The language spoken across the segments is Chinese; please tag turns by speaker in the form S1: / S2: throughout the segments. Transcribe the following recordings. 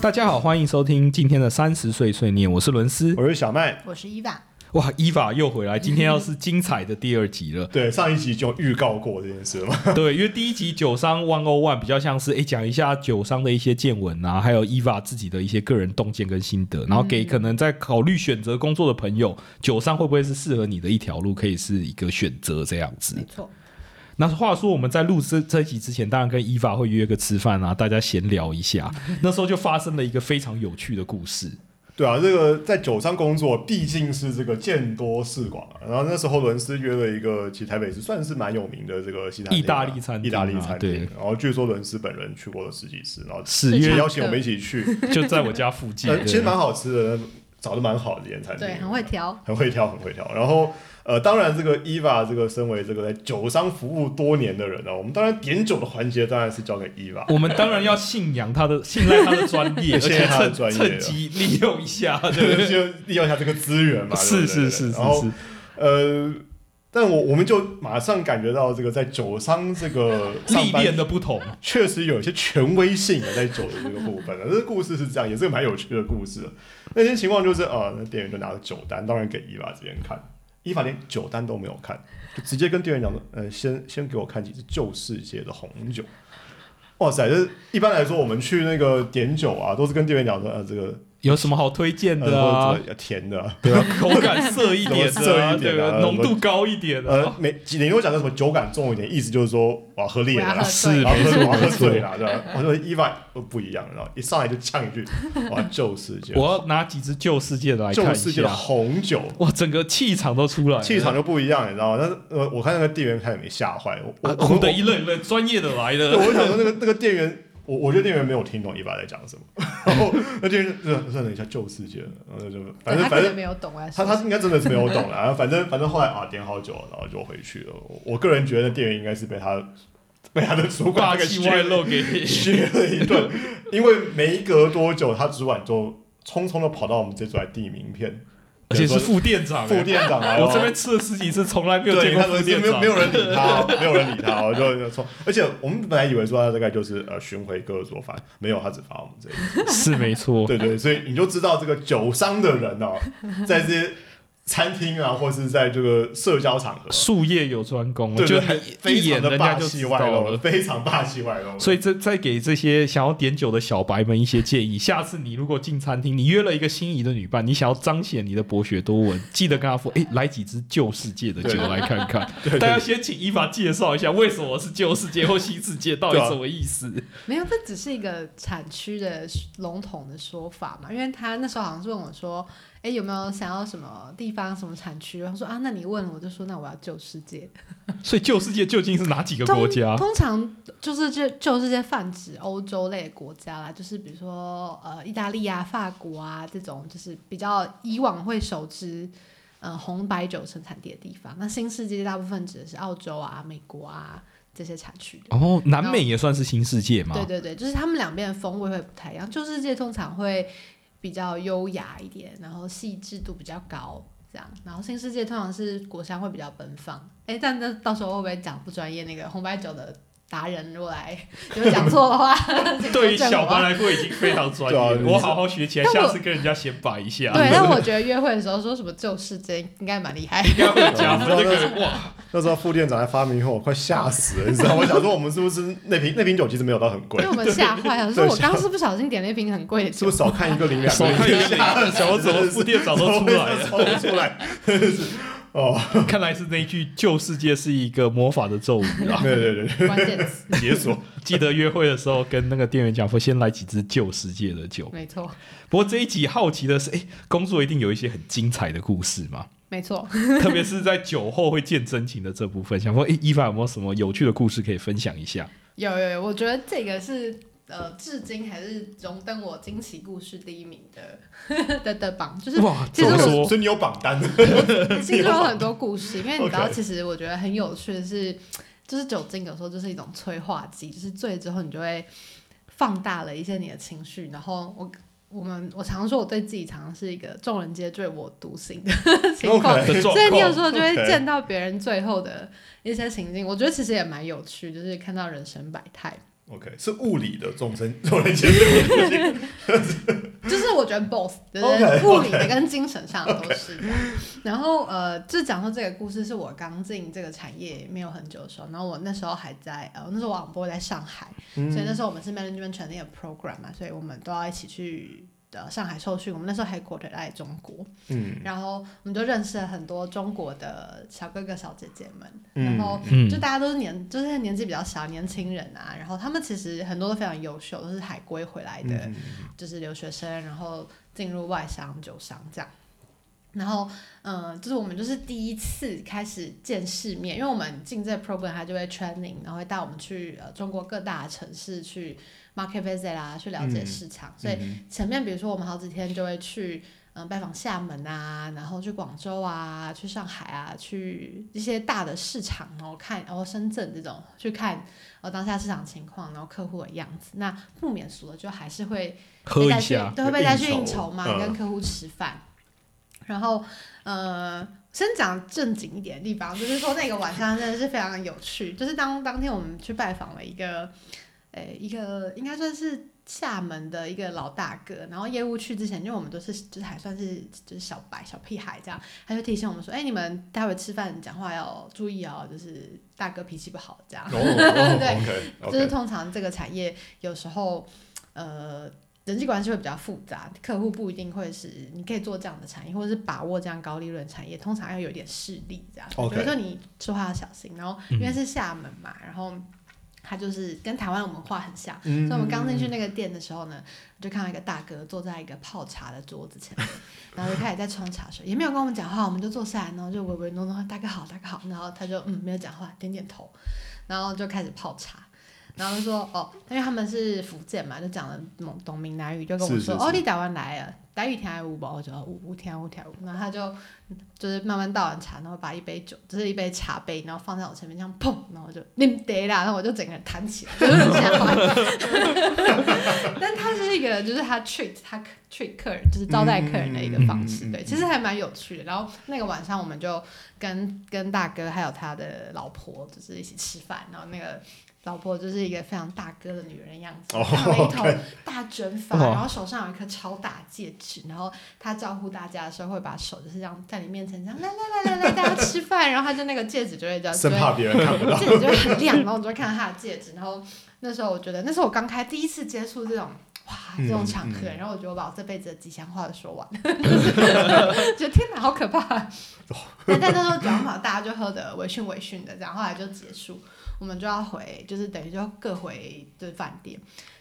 S1: 大家好，欢迎收听今天的三十岁碎念，我是伦 斯。
S2: 我是小麦。
S3: 我是伊娃，
S1: 哇，伊法又回来，今天 要是精彩的第二集了。
S2: 对，上一集就预告过这件事了嘛。
S1: 对，因为第一集九商 One O One 比较像是诶讲一下九商的一些见闻啊，还有伊娃自己的一些个人洞见跟心得，然后
S2: 嗯
S1: 给可能在考虑选择工作的朋友，九商会不会是适合你的一条路，可以是一个选择这样
S2: 嗯
S1: 子。
S3: 错，
S1: 那话说我们在录这这一集之前，当然跟伊法会约个吃饭啊，大家闲聊一下。 那时候就发生了一个非常有趣的故事。
S2: 对啊，这个在酒商工作，毕竟是这个见多识广啊。然后那时候伦斯约了一个，其实台北是算是蛮有名的这个西餐厅啊
S1: 意大利餐厅啊
S2: 意大利餐
S1: 对
S2: 厅。然后据说伦斯本人去过了十几次，然后
S1: 是
S2: 也
S1: 因为
S2: 邀请我们一起去，
S1: 就在我家附近，
S2: 呃，其实
S1: 对
S2: 蛮好吃的，找的蛮好的一间餐厅，
S3: 对，很会挑，
S2: 很会挑，很会挑。然后呃，当然这个伊娃这个身为这个在酒商服务多年的人呢、啊我们当然点酒的环节当然是交给伊娃。
S1: 我们当然要信仰他的，信赖他的专业，而
S2: 信赖
S1: 且
S2: 他的
S1: 趁
S2: 专业
S1: 趁机利用一下，对不对？
S2: 对，就利用一下这个资源嘛。对
S1: 是
S2: 不对
S1: 是是是
S2: 然后
S1: 是，
S2: 呃，但我我们就马上感觉到这个在酒商这个上
S1: 历练
S2: 班
S1: 的不同，
S2: 确实有一些权威性的在酒的这个部分了。这个故事是这样，也是个蛮有趣的故事。那天情况就是啊、呃那店员就拿着酒单，当然给伊娃这边看。伊娃连酒单都没有看，就直接跟店员讲说：“呃，先先给我看几支旧世界的红酒。”哇塞！这一般来说，我们去那个点酒啊，都是跟店员讲说：“呃，这个
S1: 有什么好推荐
S2: 呃，
S1: 的啊？
S2: 这个甜的啊、
S1: 对啊，口感涩一点
S2: 什么涩
S1: 的啊，
S2: 一
S1: 对
S2: 点的
S1: 吧？
S2: 啊
S1: 浓度高一点的
S2: 呃
S1: 啊，，
S2: 每顶多讲的什么酒感重一点，意思就是说我要喝烈的
S3: 我要
S2: 啦
S3: 喝，
S1: 是
S3: 对
S2: 然后
S1: 没
S2: 喝我
S1: 错
S2: 要喝
S1: 没
S2: 醉
S1: 错。
S2: 啦，对吧？我说伊万都不一样，然后一上来就呛一句，哇，旧世界，
S1: 我要拿几支旧世界的来
S2: 旧
S1: 看
S2: 世
S1: 一
S2: 界的
S1: 下，
S2: 红酒，
S1: 哇，整个气场都出来了，
S2: 气场就不一样，你知道吗？但是呃，我看那个店员看也没吓坏，我我
S1: 啊
S2: 我
S1: 唬得
S2: 我
S1: 一愣一愣，专业的来
S2: 对
S1: 的，
S2: 我想说那个那个店员。我我觉得店员没有听懂伊爸在讲什么， 然后那店员就算了一下旧世界，然后就反
S3: 对
S2: 正
S3: 他
S2: 反
S3: 可
S2: 正
S3: 能没有懂啊，
S2: 他他应该真的是没有懂啦， 反正反正后来啊点好酒，然后就回去了。我我个人觉得店员应该是被他被他的主
S1: 霸
S2: 管给
S1: 气
S2: 削
S1: 外露给你。
S2: 削了一顿，因为没隔多久，他主管就匆匆的跑到我们这组来递名片，
S1: 而且
S2: 比如
S1: 是
S2: 说
S1: 副店长、
S2: 副
S1: 欸，
S2: 店长来哦，
S1: 我这边吃了十几次，从来没有
S2: 对，
S1: 见
S2: 你
S1: 过
S2: 看
S1: 副
S2: 没
S1: 店
S2: 有
S1: 长
S2: 没。有人理他，哦没有人理他，我就就说，而且我们本来以为说他大概就是呃巡回各个做法，没有，他只发我们这一组
S1: 是没错，
S2: 对对，所以你就知道这个酒商的人呢、在这些餐厅啊，或是在这个社交场合，
S1: 术业有专攻，
S2: 对对，
S1: 就
S2: 还
S1: 你
S2: 非
S1: 一眼
S2: 常的
S1: 人家
S2: 霸
S1: 就
S2: 气
S1: 知
S2: 外
S1: 道
S2: 露，
S1: 了。
S2: 非常霸气外露。
S1: 所
S2: 以
S1: 以这再给这些想要点酒的小白们一些建议：下次你如果进餐厅，你约了一个心仪的女伴，你想要彰显你的博学多闻，记得跟她说：“哎、来几支旧世界的酒
S2: 对
S1: 来看看。
S2: 对”
S1: 但要
S2: 对
S1: 先请伊法介绍一下为什么是旧世界或新世界，到底
S2: 对啊
S1: 什么意思？
S3: 没有，这只是一个产区的笼统的说法嘛，因为他那时候好像是问我说，哎，有没有想要什么地方什么产区？然后说啊，那你问了，我就说那我要救世界。
S1: 所以旧世界究竟是哪几个
S3: 通
S1: 国家？
S3: 通常就是这就是这些泛指欧洲类的国家啦，就是比如说呃意大利啊、法国啊这种，就是比较以往会熟知呃红白酒生产地的地方。那新世界大部分指的是澳洲啊、美国啊这些产区的。
S1: 哦，南美也算是新世界吗？
S3: 对对对，就是他们两边的风味会不太一样。旧世界通常会比较优雅一点，然后细致度比较高，这样。然后新世界通常是果香会比较奔放。哎，但那到时候会不会讲不专业？那个红白酒的达人如果来有讲错的话，
S1: 对于
S3: 纠正
S1: 小
S3: 我
S1: 白来说已经非常专业了，
S2: 对啊
S1: 我好好学起来，
S3: 但
S1: 下
S3: 我
S1: 次跟人家显摆一下，
S3: 对，但我觉得约会的时候说什么旧世界应该蛮厉害。
S1: 应该会加分。那个哇，
S2: 那时候副店长在发明后，我快吓死了，你知道吗？我想说我们是不是那瓶那瓶酒其实没有到很贵
S3: 因为，我们吓坏了，说
S2: 对
S3: 我刚刚是不小心点了一瓶很贵的
S2: 是
S3: 酒
S2: 不，是少看一个零两
S1: 手
S2: 个
S1: 看
S2: 零？
S1: 有点想我怎么副店长都出来了？
S2: 了，出来，哦，
S1: 看来是那一句“旧世界”是一个魔法的咒语啊！
S2: 对对对对，
S3: 关键词，
S2: 解锁，
S1: 记得约会的时候跟那个店员讲说，先来几支旧世界的酒。
S3: 没错，
S1: 不过这一集好奇的是，哎，工作一定有一些很精彩的故事 嘛，
S3: 没错。
S1: 特别是在酒后会见真情的这部分，想说，哎，伊凡有没有什么有趣的故事可以分享一下？
S3: 有有有，我觉得这个是呃，至今还是荣登我惊奇故事第一名的 的的榜，就是
S1: 哇，
S3: 其实我
S1: 怎么说？
S2: 所以你有榜单，
S3: 其实有很多故事，因为你知道，
S2: OK
S3: 其实我觉得很有趣的是，就是酒精有时候就是一种催化剂，就是醉之后你就会放大了一些你的情绪，然后我。我们我常说，我对自己常常是一个众人皆醉我独醒的 情况
S2: OK
S1: 的状
S3: 所以你
S1: 况
S3: 有时候就会
S2: OK
S3: 见到别人最后的一些情境，我觉得其实也蛮有趣，就是看到人生百态。
S2: OK，是物理的纵深纵深前面的东西
S3: 就是我觉得 both，就是
S2: OK，OK
S3: 物理的 跟精神上的都是这样。 然后呃，就讲说这个故事是我刚进这个产业没有很久的时候，然后我那时候还在呃，那时候我广播在上海，所以那
S2: 嗯
S3: 时候我们是 management training 的 program 嘛，所以我们都要一起去。的上海受训，我们那时候还 quarter 在中国，
S2: 嗯
S3: 然后我们就认识了很多中国的小哥哥小姐姐们，
S2: 嗯
S3: 然后
S1: 嗯
S3: 就大家都是年，就是年纪比较小年轻人啊，然后他们其实很多都非常优秀，都是海归回来的
S2: 嗯
S3: 就是留学生，然后进入外商、酒商这样。然后，嗯、就是我们就是第一次开始见世面，因为我们进这个 program，他就会 training，然后会带我们去呃中国各大城市去 market visit 啦，去了解
S2: 嗯
S3: 市场。所以
S2: 嗯
S3: 前面比如说我们好几天就会去嗯、呃拜访厦门啊，然后去广州啊，去上海啊，去一些大的市场，然后看然后深圳这种去看呃当下市场情况，然后客户的样子。那不免俗的就还是会
S1: 喝
S3: 被
S1: 一
S3: 带去
S1: 下，
S3: 对，会被带
S2: 应
S3: 去
S2: 酬
S3: 应酬嘛，
S2: 嗯
S3: 跟客户吃饭。然后呃，先讲正经一点的地方，就是说那个晚上真的是非常有趣，就是当当天我们去拜访了一个，呃，一个应该算是。厦门的一个老大哥，然后业务去之前，因为我们都是就是还算是就是小白小屁孩这样，他就提醒我们说，哎、你们待会吃饭讲话要注意哦，就是大哥脾气不好这样。
S2: 哦哦
S3: 对
S2: ，OK
S3: 就是
S2: OK，
S3: 通常这个产业有时候，呃，人际关系会比较复杂，客户不一定会是你可以做这样的产业，或者是把握这样高利润产业，通常要有点势力这样。我觉
S2: OK 嗯
S3: 得说你说话要小心，然后因为是厦门嘛，然后他就是跟台湾的文化很像。
S2: 嗯
S3: 所以我们刚进去那个店的时候呢，就看到一个大哥坐在一个泡茶的桌子前面， 然后就开始在冲茶水，也没有跟我们讲话，我们就坐下来，然后就唯唯诺诺，大哥好，大哥好，然后他就嗯没有讲话，点点头，然后就开始泡茶。然后就说哦，因为他们是福建嘛，就讲了闽东闽南语，就跟我说
S2: 是是是
S3: 哦，你台湾来了，台语听还有吧？我就说有有听有听有。然后他就就是慢慢倒完茶，然后把一杯酒，就是一杯茶杯，然后放在我前面，这样砰，然后我就啉茶啦，然后我就整个人弹起来，就是这样。 但他是一个，就是他 treat 他 treat 客人，就是招待客人的一个方式，
S2: 嗯嗯嗯嗯
S3: 对，
S2: 嗯
S3: 其实还蛮有趣的。然后那个晚上我们就跟跟大哥还有他的老婆，就是一起吃饭，然后那个。老婆就是一个非常大哥的女人样子，
S2: 哦
S3: 烫了一头大卷发，
S1: 哇
S3: 然后手上有一颗超大戒指，然后她招呼大家的时候会把手就是这样在你面前这样来来来来来，大家吃饭，然后她就那个戒指就会这样，
S2: 生怕别人看 不到，
S3: 戒指就很亮，然后我就看她的戒指，然后那时候我觉得那是我刚开第一次接触这种。哇，这种场合，然后我觉得我把我这辈子的吉祥话都说完， 就是觉得天哪，好可怕！啊 但但那时候讲好，大家就喝的微醺微醺的，这样后来就结束，我们就要回，就是等于就各回就是饭店。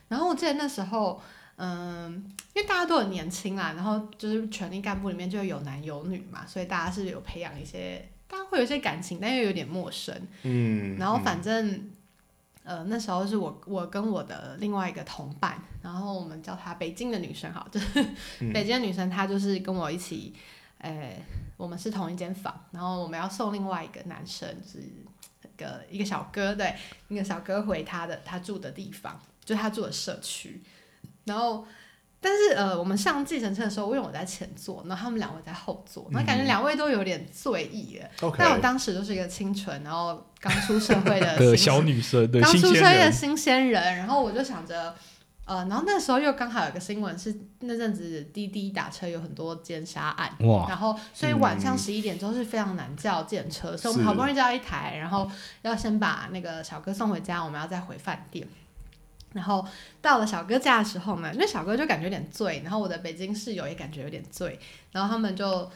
S3: 然后我记得那时候，嗯，因为大家都很年轻啦，然后就是权力干部里面就有男有女嘛，所以大家是有培养一些，大家会有一些感情，但又有点陌生。
S2: 嗯，
S3: 然后反正，呃，那时候是我我跟我的另外一个同伴，然后我们叫她北京的女生好， 就是、
S2: 嗯
S3: 北京的女生，她就是跟我一起，呃，我们是同一间房，然后我们要送另外一个男生，就是一个一个小哥，对，一个小哥回他的他住的地方，就是他住的社区，然后。但是呃，我们上计程车的时候，因为我在前座，然后他们两位在后座，然后
S2: 嗯
S3: 感觉两位都有点醉意了，
S2: OK，
S3: 但我当时就是一个清纯，然后刚出社会的
S1: 的
S3: 新
S1: 小女生，对，
S3: 刚
S1: 新
S3: 出社
S1: 鲜
S3: 会的
S1: 人，
S3: 新鲜人，然后我就想着，呃，然后那时候又刚好有个新闻是那阵子滴滴打车有很多奸杀案，
S1: 哇，
S3: 然后所以晚上
S2: 嗯
S3: 十一点钟是非常难叫电车，所以我
S2: 是
S3: 们好不容易叫一台，然后要先把那个小哥送回家，我们要再回饭店。然后到了小哥家的时候呢，因为小哥就感觉有点醉，然后我的北京室友也感觉有点醉，然后他们就。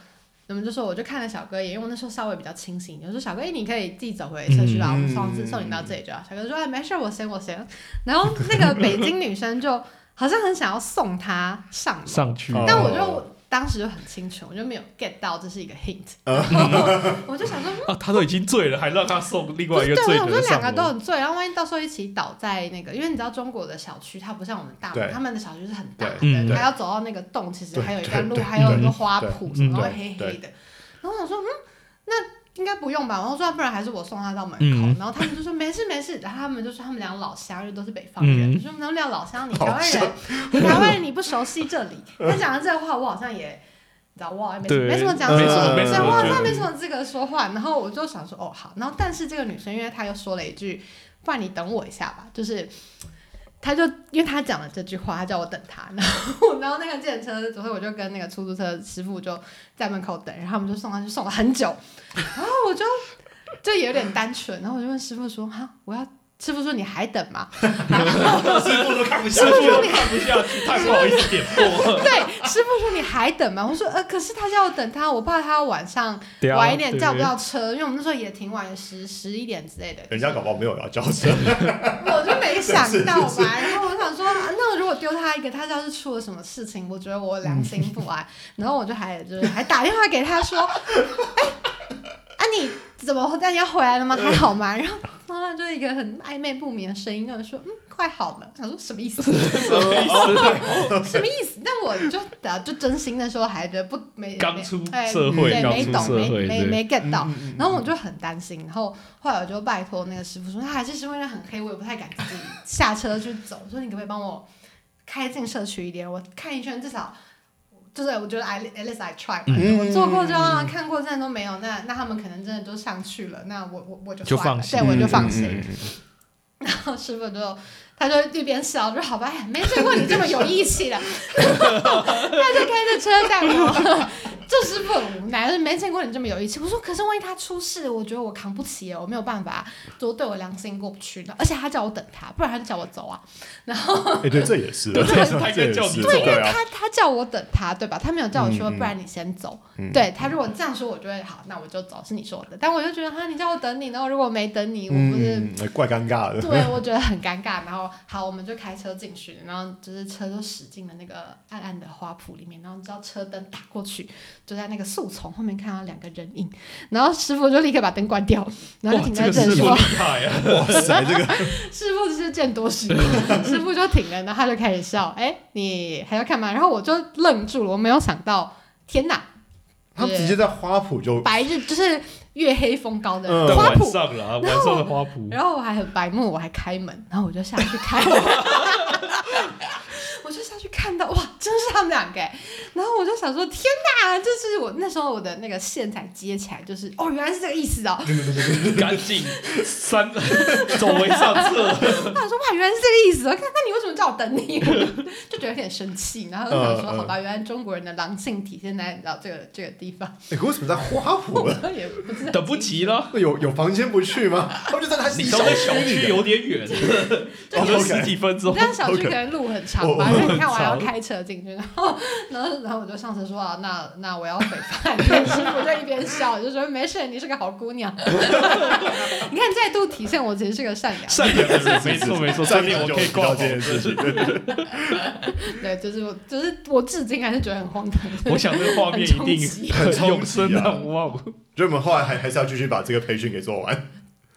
S3: 他们就说，我就看了小哥一眼，因为我那时候稍微比较清醒，我说小哥，哎，你可以自己走回社区吧，
S2: 嗯
S3: 我们送送你到这里就好。小哥说，哎，没事，我行，我行。然后那个北京女生就好像很想要送他上楼，
S1: 上去，
S2: 哦
S3: 但我就当时就很清楚，我就没有 get 到这是一个 hint，然
S2: 哦
S3: 后 我就想说，嗯
S1: 啊，他都已经醉了，还让他送另
S3: 不
S1: 外一
S3: 是
S1: 个
S3: 对，我
S1: 醉的
S3: 想说
S1: 人
S3: 两个
S1: 上
S3: 都
S1: 楼，
S3: 很醉，然后万一到时候一起倒在那个，因为你知道中国的小区它不像我们大
S2: 对
S3: 陆，他们的小区是很大
S1: 对嗯
S3: 的，
S1: 对
S3: 还要走到那个洞，其实
S2: 对
S3: 还有一段路，
S2: 对
S3: 还有很多
S1: 对
S3: 花圃什么
S2: 对
S3: 会
S2: 嗯
S3: 黑
S2: 对
S3: 黑的。然后我想说，嗯，那应该不用吧？然后说不然还是我送他到门口
S1: 嗯。
S3: 然后他们就说没事没事，然后他们就说他们俩老乡，因为都是北方人，
S1: 嗯
S3: 就说他们俩老乡，你台
S2: 老
S3: 湾人
S2: 乡，
S3: 你台湾人你不熟悉这里。他讲了这话，我好像也。你知道我好像没什
S1: 对
S3: 么没什么讲
S2: 没
S3: 什
S2: 什么
S3: 么，
S2: 没
S3: 所
S2: 什
S3: 以
S2: 么
S3: 我好
S2: 觉
S3: 像
S2: 得
S3: 没什么资格说话。然后我就想说，哦好。然后但是这个女生，因为她又说了一句，不然你等我一下吧，就是他就因为他讲了这句话，他叫我等他，然后然后那个计程车指挥我就跟那个出租车师傅就在门口等，然后他们就送他，就送了很久，然后我就 就也有点单纯，然后我就问师傅说：“哈，我要。”师傅说：“你还等吗？”
S2: 师傅都看不下
S1: 师傅
S2: 去了，
S1: 都看不下去，太不好意思点破了。
S3: 对，师傅说你还等吗？我说呃，可是他叫我等他，我怕他晚上
S1: 对啊
S3: 晚一点
S1: 对
S3: 叫不到车，因为我们那时候也挺晚，十十一点之类的。
S2: 人家搞不好没有要交车，
S3: 我就没想到 嘛，然后我想说，啊那我如果丢他一个，他要是出了什么事情，我觉得我良心不 安。然后我就还就是还打电话给他说，哎、啊你怎么大家回来了吗？还 好吗？然后妈妈就一个很暧昧不明的声音，跟我说，嗯，快好了。想说什 么意思？什么意思？但我就啊，就真心的说，还觉得不没
S1: 刚
S3: 没
S1: 出
S3: 哎
S1: 社
S2: 会
S3: 对，
S2: 刚
S3: 没
S2: 出
S3: 懂，
S1: 社会对
S3: 没没没 get 到。
S2: 嗯嗯
S3: 然后我就很担心，然后后来我就拜托那个师傅说，他还是因为很黑，我也不太敢 自己下车去走，我说你可不可以帮我开进社区一点，我看一圈，至少就是我觉得 I at least I try 嘛，
S2: 嗯
S3: 我做过就让他看过，站都没有，那那他们可能真的就上去了，那我我我就
S1: 就
S3: 算了
S1: 放心
S3: 对，我就放心。
S2: 嗯嗯嗯嗯
S3: 然后师傅就他就一边笑，就说好吧，哎没见过你这么有义气的。 他就开着车带我，就师傅很无奈，就是没见过你这么有义气。我说可是万一他出事，我觉得我扛不起耶，我没有办法，就对我良心过不去的。而且他叫我等他，不然他就叫我走啊。
S2: 哎，对，这也是，
S1: 对
S2: 这
S1: 这
S2: 也是
S1: 也是
S2: 这也是
S1: 对因为
S2: 对啊，
S3: 他他叫我等他，对吧？他没有叫我说，
S2: 嗯嗯
S3: 不然你先走。
S2: 嗯
S3: 对他如果这样说，我就会好，那我就走，是你说的。但我就觉得哈，你叫我等你，然后如果没等你，我不是
S2: 嗯，哎怪尴 尬的，
S3: 对，我觉得很尴尬。然后好，我们就开车进去，然后就是车就驶进了那个暗暗的花圃里面，然后知道车灯打过去，就在那个树丛后面看到两个人影，然后师傅就立刻把灯关掉， 然后
S1: 哇，
S3: 就停
S1: 这
S3: 在
S1: 个
S3: 这
S1: 师
S3: 里
S1: 傅
S3: 说
S1: 厉，害啊！
S2: 哇塞，这个
S3: 师傅是见多识广，师傅就停了，然后他就开始笑，哎，你还要看吗？然后我就愣住了，我没有想到，天哪，
S2: 他们直接在花圃就
S3: 白日就是月黑风高的
S2: 嗯
S1: 到
S3: 花
S1: 晚
S3: 圃。
S1: 上了啊，晚上的花圃，
S3: 然后我还很白目，我还开门，然后我就下去看， 我就下去看到哇，真是他们两个欸，然后我就想说天哪，这是我那时候我的那个线才接起来，就是哦原来是这个意 思哦，
S1: 赶紧三 走为上策。
S3: 我想说哇原来是这个意思哦，看那你为什么叫我等你？ 我就觉得有点生气，然后就想说
S2: 嗯嗯
S3: 好吧，原来中国人的狼性体现在你知道这个这个地方，
S2: 哎，为什么在花圃
S3: 我
S2: 啊？
S3: 也不知道
S1: 等不及 了，
S2: 那有有房间不去吗？他们就在他自
S1: 你
S2: 己
S1: 从
S2: 小
S1: 那
S2: 区
S1: 小区
S2: 里
S1: 有点远，
S2: 哦
S1: 可能
S2: OK
S1: 十几分
S3: 你
S1: 钟
S3: 知。道小区
S2: OK
S3: 可能路很长
S2: 我
S3: 吧？
S2: 我
S3: 因为你看我还要
S1: 很长
S3: 开车进去，然后然后然后我就上车说啊，那那我要回饭店。 师傅就一边笑，我就说没事，你是个好姑娘。 你看再度体现我其实是个善良，
S1: 善良的 人，没错没错，
S2: 上
S1: 上
S2: 面
S1: 面我
S2: 就
S1: 可以
S2: 知
S1: 挂
S2: 道
S1: 好
S2: 这件事情。对
S3: 对，就是我就是我至今还是觉得很荒唐。
S1: 我想这个画面一
S3: 很冲击
S1: 定
S2: 很冲击啊
S1: 永生难忘。
S3: 啊
S2: 所以我们后来还还是要继续把这个培训给做完。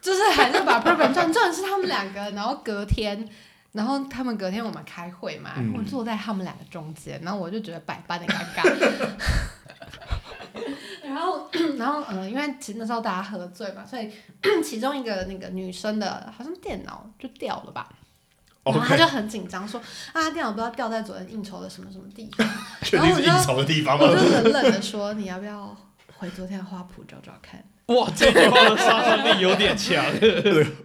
S3: 就是还是把 program 转，重点是他们两个，然后隔天，然后他们隔天我们开会嘛，
S2: 嗯
S3: 我坐在他们两个中间，然后我就觉得百般的尴尬。 然后， 然后，嗯、因为其实那时候大家喝醉嘛，所以 其中一个那个女生的，好像电脑就掉了吧，然后
S2: 哦
S3: 她
S2: OK，
S3: 就很紧张说啊，电脑不知道掉在昨天应酬的什么什么地方。
S2: 确定是应酬的 地方
S3: 我
S2: 吗
S3: 就？冷冷的说，你要不要回昨天的花圃找找看？
S1: 哇，这句话的杀伤力有点 强。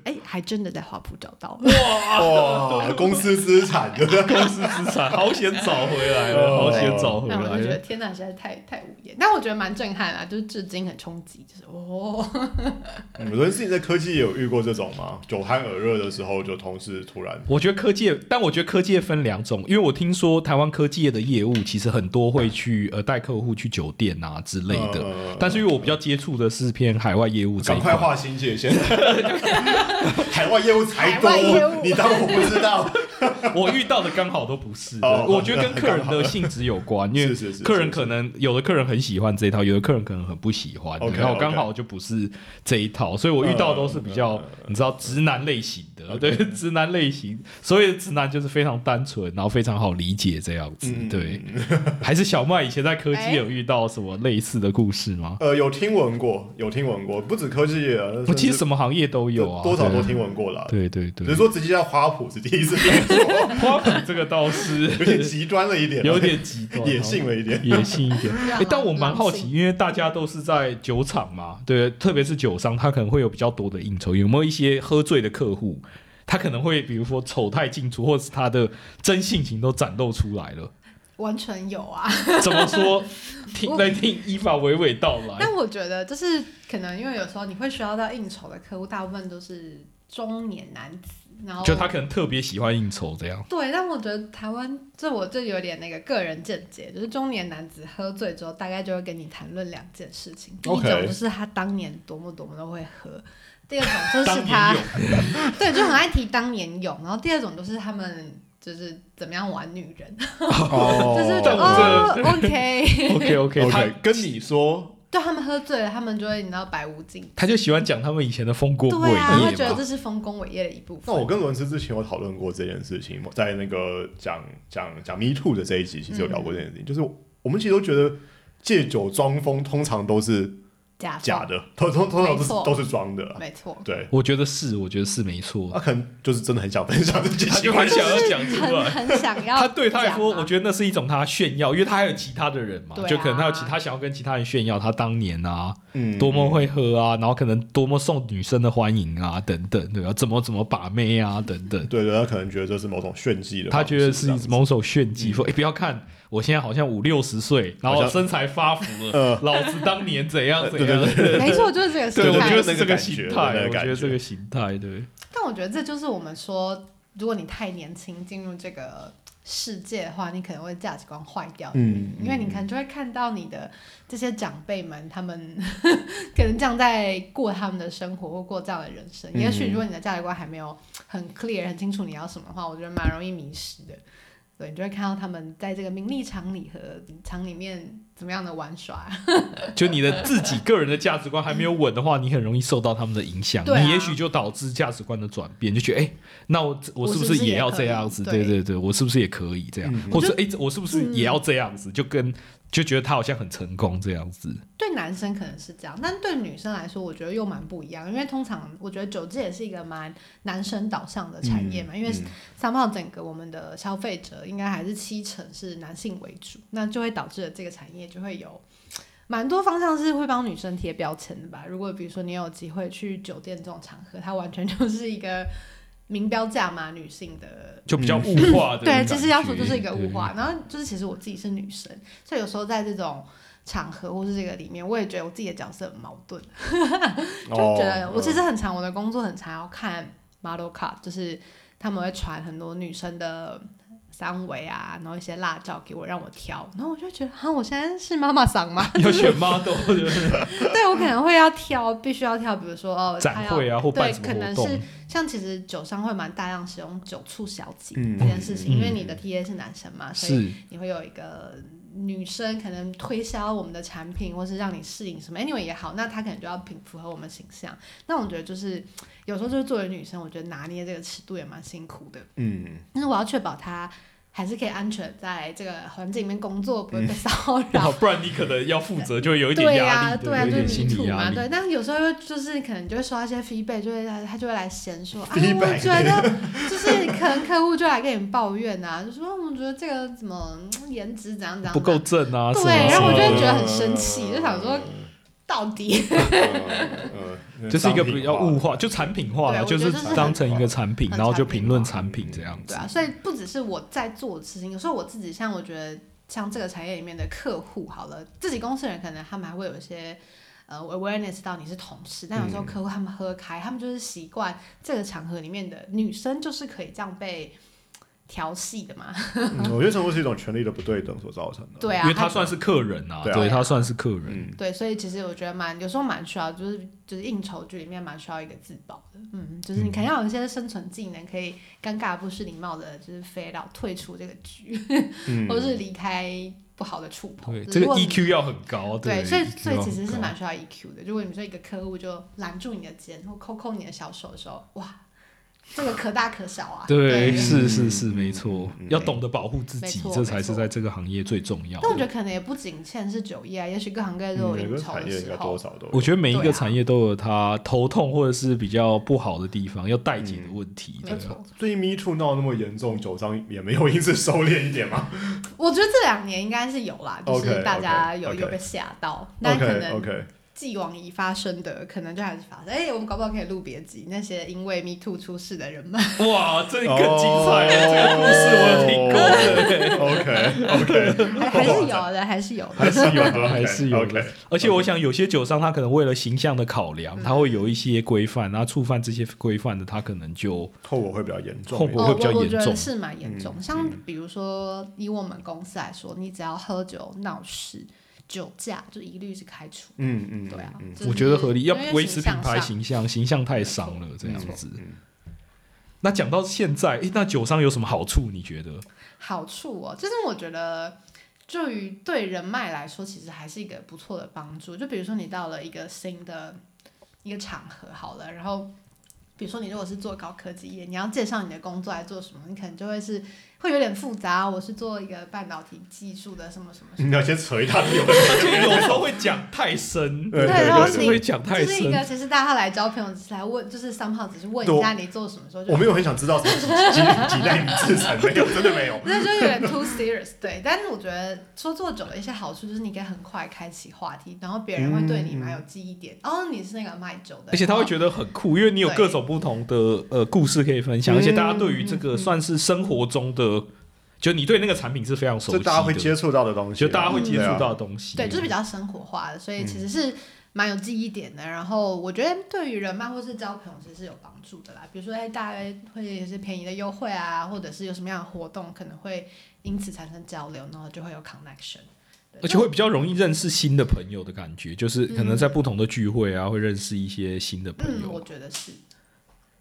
S3: 哎，还真的在花圃找到了。
S2: 哇，公司资产对不对？
S1: 公司资产，好险找回来了，好险找回
S3: 哦那我就觉
S1: 来。
S3: 得天哪，实在太太无言。但我觉得蛮震撼啊，就是至今很冲击，就是哦，
S2: 你们自己在科技也有遇过这种吗？酒酣耳热的时候，就同事突然
S1: 我觉得科技业，但我觉得科技业分两种，因为我听说台湾科技业的业务其实很多会去呃带客户去酒店啊之类的，
S2: 呃
S1: 但是因为我比较接触的是偏海外业务这
S2: 嗯赶
S1: 一
S2: 快
S1: 块，
S2: 划新界 线，海外业务才
S3: 海外业务
S2: 多，你当我不知道？
S1: 我遇到的刚好都不是，
S2: 哦
S1: 我觉得跟客人的性质有关， 因为
S2: 是是是
S1: 客人
S2: 是
S1: 可能有的客人很喜欢这一套，有的客人可能很不喜欢，
S2: OK，
S1: 然后
S2: OK
S1: 刚好就不是这一套，所以我遇到都是比
S2: 呃
S1: 较你知道直男类型的，对直男类型，所以直男就是非常单纯，然后非常好理解这样子，
S2: 嗯
S1: 对。还是小麦以前在科技
S3: 哎
S1: 有遇到什么类似的故事吗？
S2: 呃，有听闻过，有听闻过，不止科技业啊，甚
S1: 我
S2: 至
S1: 哦其实什么行业都有啊，
S2: 多少
S1: 对
S2: 都听闻过啦。
S1: 对对对
S2: 只是，说直接叫花圃是第一次听说，
S1: 花圃这个倒是
S2: 有点极端了一点，啊
S1: 有点极端，啊
S2: 野性了一点。
S1: 野性一点。 哎、
S3: 对
S1: 但我蛮好
S3: 狼
S1: 奇，
S3: 性
S1: 因为大家都是在酒厂嘛，对，特别是酒商，他可能会有比较多的应酬，有没有一些喝醉的客户？他可能会比如说丑态尽出，或是他的真性情都展露出来了。
S3: 完全有啊。
S1: 怎么说？ 听来听伊法娓娓道来。
S3: 但我觉得就是可能因为有时候你会需要到应酬的客户，大部分都是中年男子，然后
S1: 就他可能特别喜欢应酬这样，
S3: 对，但我觉得台湾这我这有点那个个人见解，就是中年男子喝醉之后，大概就会跟你谈论两件事情，第一
S2: OK
S3: 种就是他当年多么多么的会喝，第二 种就
S1: 当
S3: 是
S1: 年
S3: 他
S1: 有
S3: 对就很爱提当年勇，然后第二种就是他们就是怎么样玩女人，
S2: 哦
S3: 就是
S1: 但
S3: 哦
S1: 我
S3: OK，
S1: OK OK，他
S2: OK，跟你说，
S3: 对他们喝醉了，他们就会你知道百无禁
S1: 他就喜欢讲他们以前的丰功伟
S3: 对啊，会
S1: 业
S3: 觉得
S1: 嘛。
S3: 这是丰功伟业的一部
S2: 那我
S3: 分。
S2: 跟伦斯之前有讨论过这件事情，我在那个讲讲讲 Me Too 的这一集，其实有聊过这件事
S3: 嗯
S2: 情，就是我们其实都觉得借酒装疯通常都是
S3: 假
S2: 假
S3: 的，
S2: 的，通通通常都是
S3: 没啊错
S2: 都是装的啊，
S3: 没 错，
S2: 对，
S1: 我觉得是，我觉得是没错
S2: 他。可能就是真的很想分享这件
S1: 他
S2: 事
S1: 就
S2: 情，
S1: 很想要
S3: 就是
S1: 讲出
S3: 很
S1: 来。
S3: 很想要。
S1: 他对他来说，我
S3: 得。
S1: 觉得那是一种他炫耀，因为他还有其他的人嘛，
S3: 对啊
S1: 就可能他有其他想要跟其他人炫耀他当年啊，
S2: 嗯
S1: 多么会喝啊，然后可能多么受女生的欢迎啊，等等，对吧、怎么怎么把妹啊，等等。
S2: 对对，他可能觉得这是某种炫技的方
S1: 他
S2: 式，
S1: 觉得是
S2: 啊这样子嗯
S1: 某种炫技，说：“哎、不要看我现在好像五六十岁，然
S2: 好
S1: 后
S2: 像
S1: 身材发福 了
S2: 呃，
S1: 老子当年怎样
S2: 呃
S1: 怎
S2: 对
S1: 样。
S2: 对对
S3: 没错，就是这 个
S1: 对，
S3: 心
S1: 我
S3: 态。
S1: 觉得是
S2: 那个
S1: 这个
S2: 感
S1: 形
S2: 觉
S1: 态，
S2: 那个
S1: 我觉
S2: 感
S1: 得
S2: 觉
S1: 这个形态，对。
S3: 但我觉得这就是我们说，如果你太年轻进入这个世界的话，你可能会价值观坏掉。
S2: 嗯
S3: 因为你可能就会看到你的这些长辈们，他们 可能这样在过他们的生活或过这样的人生。
S2: 嗯
S3: 也许如果你的价值观还没有很 clear、很清楚你要什么的话，我觉得蛮容易迷失的。对，你就会看到他们在这个名利场里和场里面怎么样的玩耍。
S1: 就你的自己个人的价值观还没有稳的话，你很容易受到他们的影响，
S3: 对啊
S1: 你也许就导致价值观的转变，就觉得哎、诶那我我
S3: 我
S1: 是
S3: 是
S1: 不
S3: 不
S1: 是
S3: 是
S1: 也
S3: 也
S1: 要
S3: 可
S1: 这
S3: 以
S1: 样子？对
S3: 对
S1: 对对，我是不是也可以这样？
S2: 嗯
S1: 或者哎、诶我是不是也要这样子？就跟就觉得他好像很成功这样子，
S3: 对男生可能是这样，但对女生来说，我觉得又蛮不一样，因为通常我觉得酒这也是一个蛮男生导向的产业嘛，因为
S2: 嗯
S3: 三炮整个我们的消费者应该还是七成是男性为主，那就会导致了这个产业就会有蛮多方向是会帮女生贴标签的吧。如果比如说你有机会去酒店这种场合，它完全就是一个明标价嘛，女性的
S1: 就比较
S2: 嗯
S1: 物化的那种
S3: 对，
S1: 感觉。
S3: 其实要说就是一个物
S1: 对
S3: 化。然后就是，其实我自己是女生，所以有时候在这种场合或是这个里面，我也觉得我自己的角色很矛盾，就觉得
S2: 哦
S3: 我其
S2: 嗯
S3: 实很常我的工作很常要看 model card，就是他们会传很多女生的。三围啊，然后一些辣照给我让我挑，然后我就觉得啊，我现在是妈妈桑吗？
S1: 要选 model 对不对
S3: 对我可能会要挑，必须要挑，比如说哦，他
S1: 展
S3: 要
S1: 会啊，或办
S3: 对，
S1: 什么
S3: 可能
S1: 活
S3: 是
S1: 动，
S3: 像其实酒商会蛮大量使用酒促小姐
S2: 嗯
S3: 这件事情，
S1: 嗯
S3: 因为你的 TA 是男生嘛，所以
S1: 是
S3: 你会有一个女生可能推销我们的产品，或是让你适应什么，anyway 也好，那她可能就要挺符合我们形象。那我觉得就是有时候就是作为女生，我觉得拿捏这个尺度也蛮辛苦的，
S2: 嗯，
S3: 但是我要确保她还是可以安全在这个环境里面工作，不会被骚扰。
S1: 哇不然你可能要负责，就嗯 会有一点
S3: 对
S1: 压力，
S3: 呀，对啊，
S1: 有一
S3: 就
S1: 点
S3: 是
S1: 心
S3: 迷
S1: 理
S3: 途
S1: 压
S3: 嘛，
S1: 力。
S3: 对。但有时候就是可能就会收到一些 feedback，就会他他就会来 嫌说啊，我
S2: Feedback
S3: 觉得 就是可能客户就来跟你抱怨啊，就说我觉得这个怎么嗯颜值怎样怎样
S1: 不够
S3: 怎样
S1: 正啊，
S3: 对
S1: 什么
S3: 然后我
S1: 什
S3: 就
S1: 么
S3: 会
S1: 的
S3: 觉得很生气就想说到底，
S2: 呃
S1: 这是一个比
S2: 比
S1: 较
S2: 较
S1: 物化，就产品化了，
S3: 对
S1: 就
S3: 我觉
S1: 是
S3: 得这是
S1: 当成一个产品，
S3: 很
S1: 然后就评论产品这样子
S3: 对。啊，所以不只是我在做的事情，有时候我自己像我觉得像这个产业里面的客户好了，自己公司人可能他们还会有一些。呃，awareness 到你是同事，但有时候
S2: 嗯
S3: 客户他们喝开，他们就是习惯这个场合里面的女生就是可以这样被调戏的嘛。
S2: 嗯我觉得这都是一种权力的不对等所造成的。
S3: 对啊，
S1: 因为他算是客人啊，
S2: 对啊
S1: 对他算是客人，
S2: 嗯，
S3: 对，所以其实我觉得蛮有时候蛮需要，就是就是应酬剧里面蛮需要一个自保的，嗯，就是你可能要有一些生存技能，可以尴尬不失礼貌的，就是飞到退出这个局，
S2: 嗯
S3: 或是离开不好的触碰。
S1: 对
S3: 就是
S1: 这个 E 哦
S3: 嗯如果你
S1: EQ 要很高，啊
S3: 对，所以所以
S1: EQ
S3: 其实是
S1: ，E 要很
S3: 蛮需要 EQ 的。如果你说一个客户就拦住你的肩或抠抠你的小手的时候，哇，这个可大可小啊
S1: 高。。 对，
S2: 嗯
S1: 是是是，
S2: 嗯
S1: 没错
S2: 嗯，
S1: 要懂得保护自己
S3: 没，错
S1: 这才是
S3: 没错
S1: 在这个行业最重要的
S3: 但我觉。得可能也不仅限是酒业啊，也许各行各业都
S1: 嗯
S3: 有
S2: 每
S3: 应
S2: 个
S3: 酬
S2: 嗯产
S3: 的
S2: 业应
S3: 时
S2: 该
S3: 候
S2: 多。少都有。
S1: 我觉得每一
S3: 对
S1: 个
S3: 啊
S1: 产业都有它头痛或者是比较不好的地方，要待解
S2: 嗯
S1: 的问题。对
S3: 没
S1: 啊
S3: 错，
S2: 最近 Me Too 闹得那么严重，酒商也没有因此收敛一点 嘛。
S3: 我觉得这两年应该是有啦，就是
S2: OK，OK，
S3: 大家有
S2: OK
S3: 有被吓到，但可
S2: OK
S3: 能
S2: OK，
S3: 既往已发生的，可能就还是发生。哎、我们搞不好可以录别集那些因为 Me Too 出事的人们。
S1: 哇，这
S2: 哦
S1: 更精彩了，这个故事我有听过。
S2: OK OK，
S3: 还哎还是有的，还是有的。
S2: 还是 有的，
S1: 还是有的
S2: OK，
S1: 而且我
S3: 嗯
S1: 想，有些酒商他可能为了形象的考量，他会有一些规范，然后触犯这些规范的，他可能就
S2: 后果会比较严重。
S1: 后
S3: 哦
S1: 果会比较
S3: 我我
S1: 严
S3: 觉得
S1: 重
S3: 是蛮严重。
S2: 嗯
S3: 像比如说以我们公司来说，你只要喝酒闹事、酒驾，就一律是开除。
S2: 嗯嗯，
S3: 对啊，
S2: 嗯
S3: 就是
S1: 我觉得合理，要
S3: 因为
S1: 维持品牌
S3: 形
S1: 形象，形象太伤了这样子。
S3: 嗯
S1: 那讲到现在，诶，那酒商有什么好处？你觉 得？
S3: 象好处哦，就是我觉得。对于对人脉来说，其实还是一个不错的帮助。就比如说，你到了一个新的一个场合好了，然后比如说你如果是做高科技业，你要介绍你的工作来做什么，你可能就会是会有点复杂。哦我是做一个半导体技术的什么什么什么
S2: 嗯你，要先扯一大堆有的
S1: 就有时候会讲太深，
S2: 对
S3: 对然
S1: 有
S3: 后
S1: 时
S3: 你
S1: 候会讲嗯太
S3: 就是一个，
S1: 深。
S3: 其实大家来交朋友只是来问，就是三号只是问一下你做什么时候就
S2: 我。没有很想知道什么几几几代米制成，没有，真的没有。
S3: 那就有点 too serious，对。但是我觉得说做久的一些好处就是你可以很快开启话题，然后别人会对你蛮有记忆点。哦，你是那个卖酒的，
S1: 嗯而且他会觉得很酷，因为你有
S3: 对
S1: 各种不同的呃故事可以分享，
S2: 嗯
S1: 而且大家对于这
S3: 嗯
S1: 个
S3: 嗯
S1: 算是生活中的，就你对那个产品是非常熟
S2: 这
S1: 悉的，
S2: 大家会接触到的东西，
S1: 就大家会接触
S2: 对啊。
S1: 到的东西。
S3: 嗯对，就是比较生活化的，所以其实是蛮有记忆点的。然后我觉得对于人脉或是交朋友其实是有帮助的啦。比如说，哎，大家会有些便宜的优惠啊，或者是有什么样的活动，可能会因此产生交流，然后就会有 connection。对
S1: 而且会比较容易认识新的朋友的感觉，就是可能在不同的聚会啊，会认识一些新的朋
S3: 嗯，
S1: 友，
S3: 我觉得是。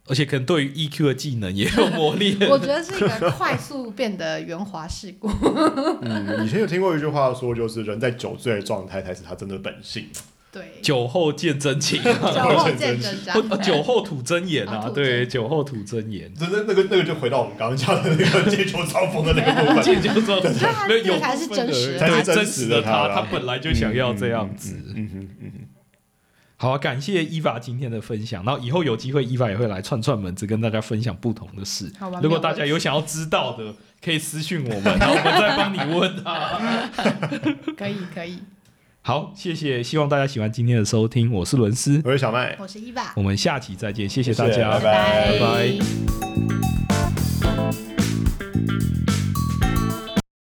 S1: 而且可能对于 EQ 的技能也有磨练。
S3: 我觉得是一个快速变得圆滑世故。
S2: 嗯，以前有听过一句话说，就是人在酒醉的状态才是他真的本性。。
S3: 对，
S1: 酒后见真情，
S3: 酒后见真章
S1: 不。呃 酒后吐真言
S3: 啊
S1: 啊，
S3: 吐
S1: 对，
S3: 真
S1: 酒后吐真言
S2: 那那那个那个就回到我们刚刚讲的那个借酒装疯的那个部 分，
S1: 这就是说
S3: 是他
S1: 没有有
S3: 这才是
S1: 部分
S3: 真实
S1: 的
S3: 的
S1: 才
S2: 他
S1: 是真实的
S2: 他
S1: 他，
S2: 啦
S1: 他本来就想要这样子。
S2: 嗯哼嗯哼，
S1: 好啊，感谢伊娃今天的分享，然后以后有机会伊娃也会来串串门子，跟大家分享不同的事
S3: 好吧。
S1: 如果
S3: 没有问题
S1: 大家有想要知道的，可以私讯我们，然后我们再帮你问啊。
S3: 可以可以，
S1: 好，谢谢，希望大家喜欢今天的收听，我是伦斯，
S2: 我是小麦，
S3: 我是伊爸，
S1: 我们下期再见，谢谢大
S2: 谢谢
S1: 家，
S2: 拜拜
S1: 拜拜
S3: 拜